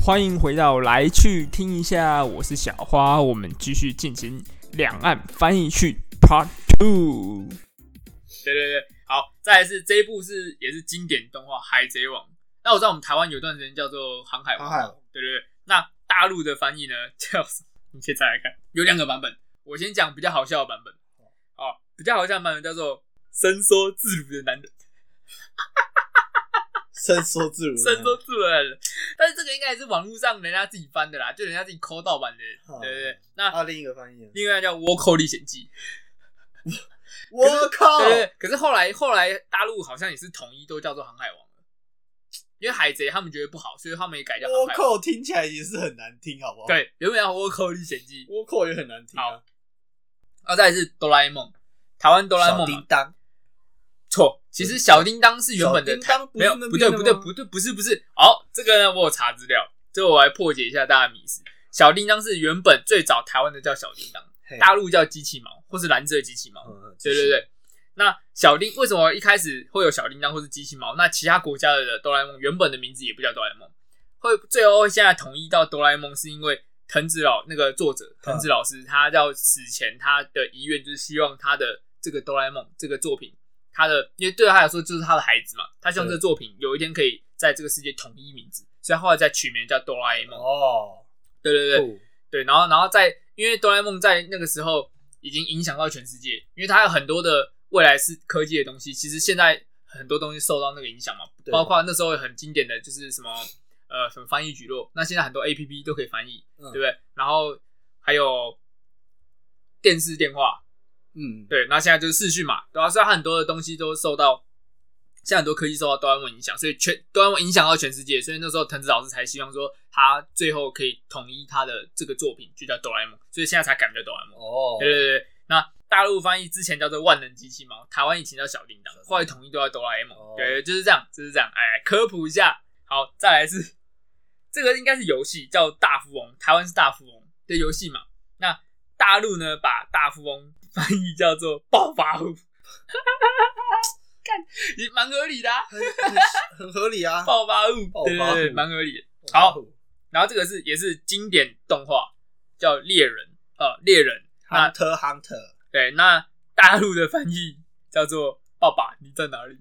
欢迎回到来去听一下，我是小花，我们继续进行两岸翻译去 Part Two。对对对，好，再来是这一部是也是经典动画《海贼王》。那我知道我们台湾有段时间叫做《航海王》，航海王对对对。那大陆的翻译呢叫什么？你先猜来看，有两个版本。我先讲比较好笑的版本，哦，比较好笑的版本叫做“伸缩自如的男人伸缩 自”，如，伸缩自如的男人。但是这个应该也是网络上人家自己翻的啦，就人家自己抠盗版的，哦对对对。那啊，另一个翻译呢，另外叫《倭寇历险记》，我靠，对对，可是后来后来大陆好像也是统一都叫做航海王了，因为海贼他们觉得不好，所以他们也改叫航倭海王。寇听起来也是很难听，好不好？，对，原本叫《倭寇历险记》，倭寇也很难听啊。然后再来是哆啦 A 梦，台湾哆啦 A 小梦叮嘛当，错，其实小叮当是原本的小叮台当，不是没有那不对边的不对吗不对不是不是，好，这个呢我有查资料，这我来破解一下大家迷思。小叮当是原本最早台湾的叫小叮当，嘿大陆叫机器猫或是蓝色机器猫，哎嗯嗯对对对。那小叮为什么一开始会有小叮当或是机器猫？那其他国家的哆啦 A 梦原本的名字也不叫哆啦 A 梦，会最后现在统一到哆啦 A 梦，是因为藤子老那个作者藤子老师，他要死前他的遗愿就是希望他的这个哆啦 A 梦这个作品，他的因为对他来说就是他的孩子嘛，他希望这个作品有一天可以在这个世界统一名字，所以他后来再取名叫哆啦 A 梦。哦，对对对，酷对，然后然后在因为哆啦 A 梦在那个时候已经影响到全世界，因为它有很多的未来是科技的东西，其实现在很多东西受到那个影响嘛，对包括那时候很经典的就是什么呃什么翻译举落，那现在很多 A P P 都可以翻译，嗯对不对？然后还有电视电话，嗯，对，那现在就是视讯嘛，对啊，所以它很多的东西都受到，现在很多科技受到哆啦 A 梦影响，所以全哆啦 A 梦影响到全世界，所以那时候藤子老师才希望说他最后可以统一他的这个作品，就叫哆啦 A 梦，所以现在才改名叫哆啦 A 梦。哦，对对对，那大陆翻译之前叫做万能机器猫，台湾以前叫小叮当，后来统一都叫哆啦 A 梦。哦对，就是这样，就是这样。哎，科普一下，好，再来是 这个应该是游戏叫大富翁，台湾是大富翁的游戏嘛。那大陆呢，把大富翁翻译叫做暴发户， 看也蛮合理的、啊，很很很合理啊。哦暴发户，暴发对户对对，蛮合理的。好，然后这个是也是经典动画，叫猎人啊、呃猎人。那，Hunter Hunter，对，那大陆的翻译叫做“爸爸你在哪里”，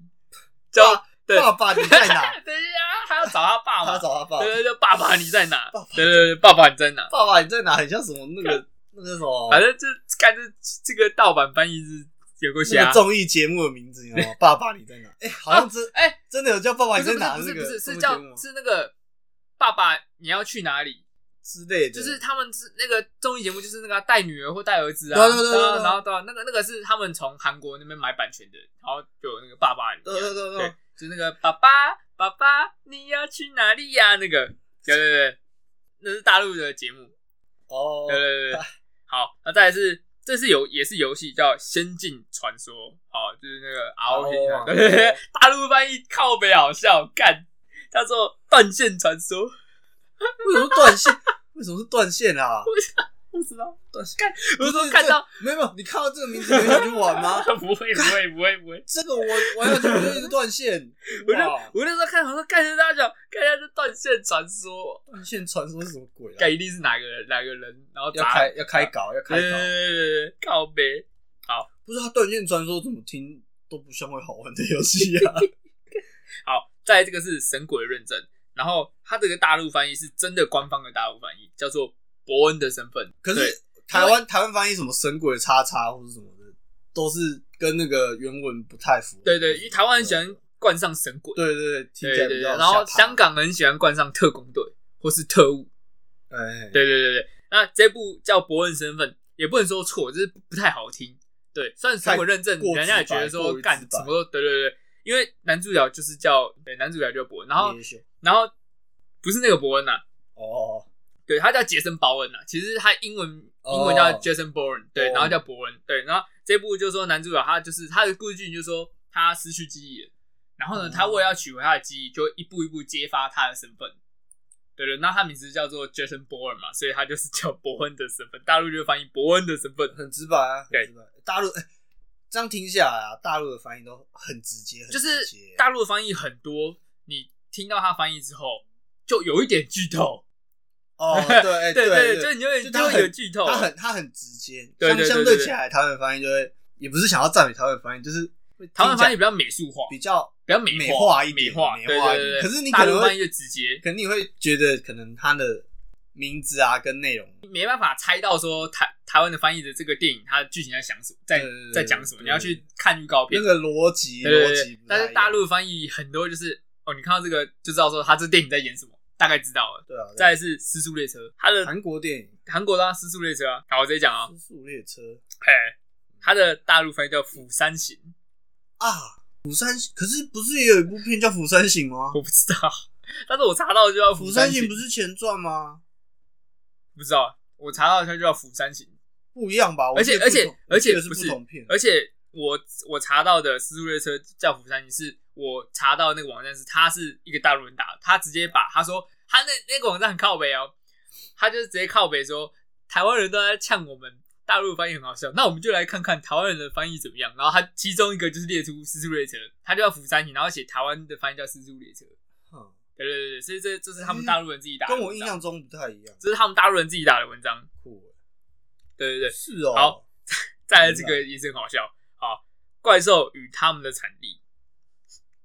叫对爸爸你 在哪？对呀，他要找他爸他嘛，找他 爸爸对，对对，爸爸你在哪爸爸？对对对，爸爸你在哪？爸爸你在哪？很像什么那个那个什么，反正这看这这个盗版翻译是有够那瞎个。综艺节目的名字，你知道 吗？爸爸你在哪？哎，好像真哎，真的有叫爸爸不你是在不哪是那不是个不是综是艺叫节目吗是那个爸爸你要去哪里？之类的，就是他们是那个综艺节目，就是那个啊带女儿或带儿子啊，对对对对啊对然后到那个那个是他们从韩国那边买版权的，然后就有那个爸爸你要对对对对对，就那个爸爸，爸爸，你要去哪里呀、那个，对对对，那是大陆的节目，哦对，对对对。好，那再来是，这是游也是游戏叫《仙境传说》，哦，就是那个 ROK，、哦对对对，大陆翻译靠北好笑，干叫做《断线传说》，为什么断线？ 为什么是断线啊？不知道，断线。我不是是说看 到，这没有没有，你看到这个名字你会想去玩吗？ 不会不会不会不会，这个我玩下去我就一直断线，我就哇我那时候看，我说看着大家讲，看一下这《断线传说断线传说是什么鬼》，啊看？一定是哪个人哪个人，然后要砸呃开要开搞要开对对搞，对对，靠北。不是他断线传说怎么听都不像会好玩的游戏 啊！好，再来这个是神鬼认证，然后它这个大陆翻译是真的官方的大陆翻译，叫做伯恩的身份。可对是台湾台湾翻译什么神鬼叉叉或者什么的，都是跟那个原文不太符合。对对，因为台湾很喜欢冠上神鬼，对对对，嗯听对起来对比对，较然后下趴香港很喜欢冠上特工队或是特务。哎对对对对，那这部叫伯恩身份，也不能说错，就是不太好听。对，虽然神鬼认证太过，直白人家也觉得说过于干直白什么都对对对，因为男主角就是叫对男主角叫伯恩，然后也许然后不是那个伯恩呐、啊哦对，他叫杰森·鲍恩啊，其实他英文哦英文叫 Jason Bourne，对，哦然后叫伯恩，对，然后这部就说男主角他就是他的故事剧情就说他失去记忆了，然后呢，哦他为了要取回他的记忆，就一步一步揭发他的身份。对了，那他名字叫做 Jason Bourne 嘛，所以他就是叫伯恩的身份，大陆就翻译伯恩的身份，很直白啊，很对直白。大陆哎这样听下来啊，大陆的翻译都很直接，很就是直接大陆的翻译很多，你听到他翻译之后，就有一点剧透， 哦，对对对就你就会就就他很会有剧透，他很他很直接，对对相对相对对对起来，台湾翻译就会也不是想要赞美台湾翻译，就是会台湾翻译听起比较美术化来，比较比较美美化一美点，化，美对化对一对对。点。可是你大可能陆翻会译就直接，可能你会觉得可能他的名字啊跟内容没办法猜到说台台湾的翻译的这个电影它剧情在想什么，在对对对在讲什么，对你要去看预告片那。个逻辑对对逻对辑，，但是大陆翻译很多就是哦，你看到这个就知道说他这电影在演什么，大概知道了。对啊，再在来是《失速列车》，它的韩国电影韩国的《失速列车》啊，好，我直接讲啊《，失速列车》哎，它的大陆翻译叫《釜山行》，啊，釜山可是不是也有一部片叫《釜山行》吗？我不知道，但是我查到就叫《 《釜釜山山行行》》，不是前传吗？不知道，我查到它就叫《釜山行》，不一样吧？我而且记得而且不同而且我记得不是是不同片，而且我我查到的《失速列车》叫《釜山行》，是我查到那个网站是他是一个大陆人打的，他直接把他说他那那个网站很靠北哦，他就直接靠北说台湾人都在呛我们。大陆翻译很好笑，那我们就来看看台湾人的翻译怎么样。然后他其中一个就是列出《失速列车》，他就叫《釜山行》，然后写台湾的翻译叫《失速列车》。嗯对对对对，所以这这是他们大陆人自己打的跟文章，我印象中不太一样。这是他们大陆人自己打的文章。酷欸，对对对，是哦。好 再来这个也是很好笑。好，怪兽与他们的产地，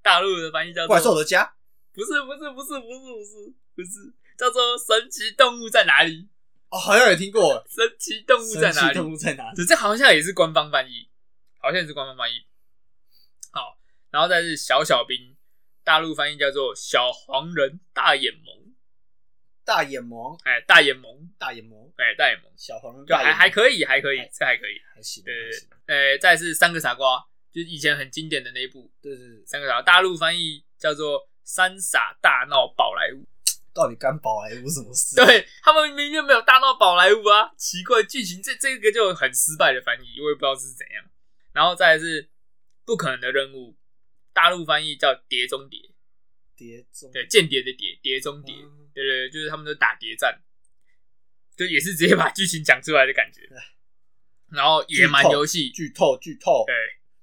大陆的翻译叫做怪兽的家不是不是不是不是不是不是叫做神奇动物在哪里？哦，好像也听 过欸。神奇动物在神哪奇动里？物在哪里？只这好像也是官方翻译，好像也是官方翻译。好，然后再是小小兵，大陆翻译叫做小黄人大眼萌，大眼萌，哎，大眼萌，大眼萌，哎，大眼萌，小黄就大还眼还萌哎可以，还可以，这还可以。还行，对对还行对，呃，再是三个傻瓜，就是以前很经典的那一部对对对，三个傻瓜，大陆翻译叫做《三傻大闹宝莱坞》到底干宝莱坞什么事？对，他们明明就没有大闹宝莱坞啊，奇怪，剧情这这个就很失败的翻译，我也不知道是怎样。然后再来是《不可能的任务》，大陆翻译叫《碟中谍》，碟中啊对，间谍的谍，碟中谍，嗯对对对，就是他们都打谍战，就也是直接把剧情讲出来的感觉。然后野蛮游戏，剧透剧透对，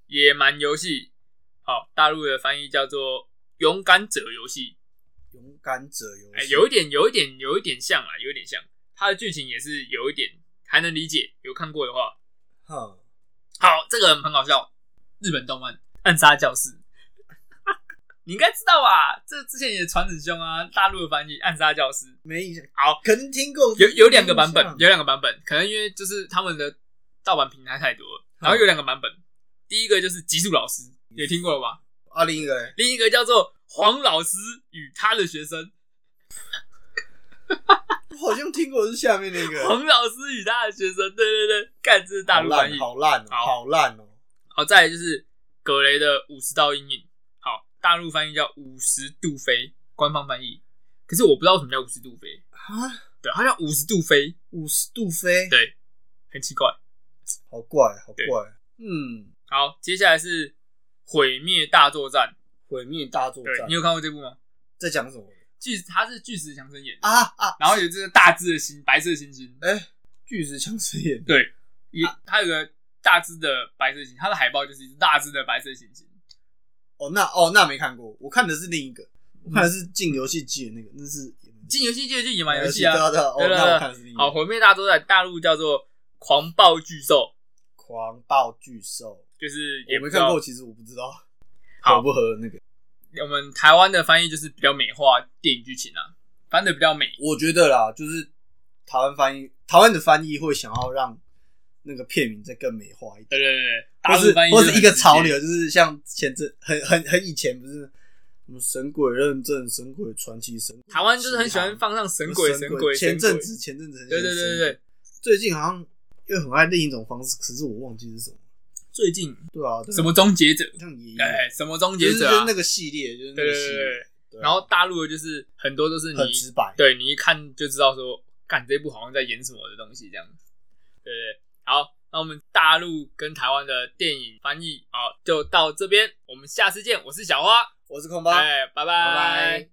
野蛮游戏，好，大陆的翻译叫做勇敢者游戏，勇敢者游哎、戏有一点，有一点，有一点像啊，有一点像，它的剧情也是有一点还能理解，有看过的话，哼好，这个很好笑，日本动漫《暗杀教室》， 你应该知道吧？这之前也传很凶啊，大陆的翻译《暗杀教室》，没印象，好，可能听过有有两个版本没印，象有两个版本，可能因为就是他们的盗版平台太多了，然后有两个版本，第一个就是极速老师，也听过了吧？啊，另一个嘞另一个叫做黄老师与他的学生，我好像听过是下面 那个，黄老师与他的学生，对对对，干这是大陆翻译。好烂好烂哦，好好烂哦，好，再来就是葛雷的五十道阴影，好，大陆翻译叫五十度飞，官方翻译，可是我不知道为什么叫五十度飞，啊，对，它叫五十度飞，五十度飞，对，很奇怪。好怪好对怪，嗯，好，接下来是毁灭大作战，毁灭大作对战你有看过这部吗？在讲什么巨，它是巨石强森演的，啊啊？然后有这个大只的星，白色星星，哎，巨石强森演的对，一它有个大只的白色行星，它的海报就是一只大只的白色行星。哦，那哦那没看过，我看的是另一个，我看的是进游戏机的那个，那是进游戏就就野蛮玩游游戏对啊，啊对啊，哦对对对那我看的是另一好，个毁灭大作战大陆叫做狂暴巨兽，狂暴巨兽，就是也我不没知道看过，。其实我不知道好合不合那个。我们台湾的翻译就是比较美化电影剧情啊，翻的比较美。我觉得啦，就是台湾翻译，台湾的翻译会想要让那个片名再更美化一点，对对对对，或大陆是翻译或就是很一个直接潮。流，就是像前阵很很很以前不是什么神鬼认证、神鬼传奇、神鬼台湾就是很喜欢放上神鬼神神鬼前神阵鬼子前阵子很喜对欢对对对神鬼对，最近好像又很爱另一种方式，可是我忘记是什么。最近对啊，对啊什么终结者？好像也有，哎，什么终就结是就者是啊？那个系列，就是那对对个对系对列对，。对啊然后大陆的就是很多都是你很直白，对你一看就知道说，干这部好像在演什么的东西这样子，对不对？好，那我们大陆跟台湾的电影翻译，好，就到这边，我们下次见。我是小花，我是空巴，哎，拜拜拜